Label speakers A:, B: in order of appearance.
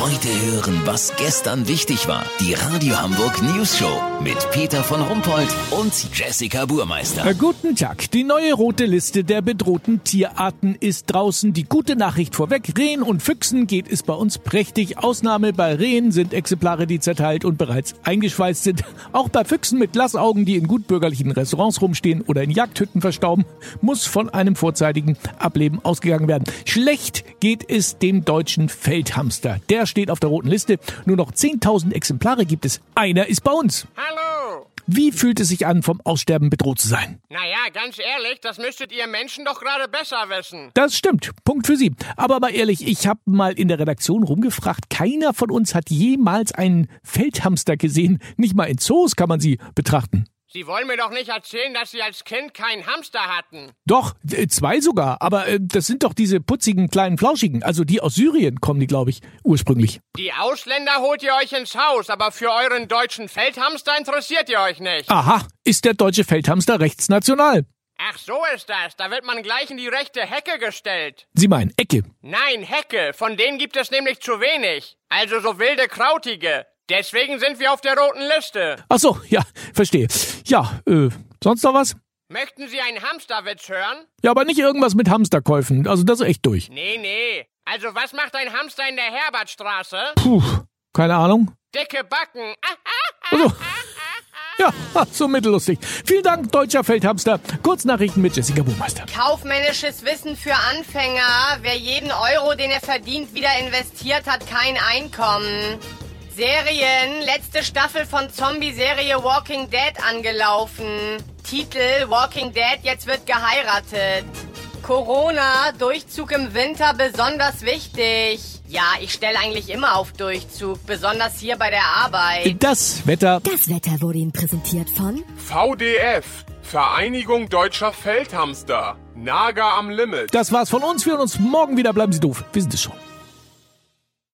A: Heute hören, was gestern wichtig war. Die Radio Hamburg News Show mit Peter von Rumpold und Jessica Burmeister.
B: Äh, Guten Tag. Die neue rote Liste der bedrohten Tierarten ist draußen. Die gute Nachricht vorweg. Rehen und Füchsen geht es bei uns prächtig. Ausnahme bei Rehen sind Exemplare, die zerteilt und bereits eingeschweißt sind. Auch bei Füchsen mit Glasaugen, die in gutbürgerlichen Restaurants rumstehen oder in Jagdhütten verstauben, muss von einem vorzeitigen Ableben ausgegangen werden. Schlecht geht es dem deutschen Feldhamster. Der steht auf der roten Liste. Nur noch 10.000 Exemplare gibt es. Einer ist bei uns.
C: Hallo!
B: Wie fühlt es sich an, vom Aussterben bedroht zu sein?
C: Naja, ganz ehrlich, das müsstet ihr Menschen doch gerade besser wissen.
B: Das stimmt. Punkt für Sie. Aber mal ehrlich, ich habe mal in der Redaktion rumgefragt. Keiner von uns hat jemals einen Feldhamster gesehen. Nicht mal in Zoos kann man sie betrachten.
C: Sie wollen mir doch nicht erzählen, dass Sie als Kind keinen Hamster hatten.
B: Doch, äh, zwei sogar. Aber äh, das sind doch diese putzigen kleinen Flauschigen. Also die aus Syrien kommen die, glaube ich, ursprünglich.
C: Die Ausländer holt ihr euch ins Haus, aber für euren deutschen Feldhamster interessiert ihr euch nicht.
B: Aha, ist der deutsche Feldhamster rechtsnational?
C: Ach, so ist das. Da wird man gleich in die rechte Hecke gestellt.
B: Sie meinen Ecke.
C: Nein, Hecke. Von denen gibt es nämlich zu wenig. Also so wilde Krautige. Deswegen sind wir auf der roten Liste.
B: Ach so, ja, verstehe. Ja, äh, sonst noch was?
C: Möchten Sie einen Hamsterwitz hören?
B: Ja, aber nicht irgendwas mit Hamsterkäufen. Also das ist echt durch.
C: Nee, nee. Also was macht ein Hamster in der Herbertstraße?
B: Puh, keine Ahnung.
C: Dicke Backen. Ah,
B: Also, ja, so mittellustig. Vielen Dank, deutscher Feldhamster. Kurznachrichten mit Jessica Buhmeister.
D: Kaufmännisches Wissen für Anfänger. Wer jeden Euro, den er verdient, wieder investiert, hat kein Einkommen. Serien. Letzte Staffel von Zombie-Serie Walking Dead angelaufen. Titel Walking Dead, jetzt wird geheiratet. Corona, Durchzug im Winter besonders wichtig. Ja, ich stelle eigentlich immer auf Durchzug, besonders hier bei der Arbeit.
B: Das Wetter.
E: Das Wetter wurde Ihnen präsentiert von
F: VDF, Vereinigung Deutscher Feldhamster. Nager am Limit.
B: Das war's von uns. Wir hören uns morgen wieder. Bleiben Sie doof. Wir sind es schon.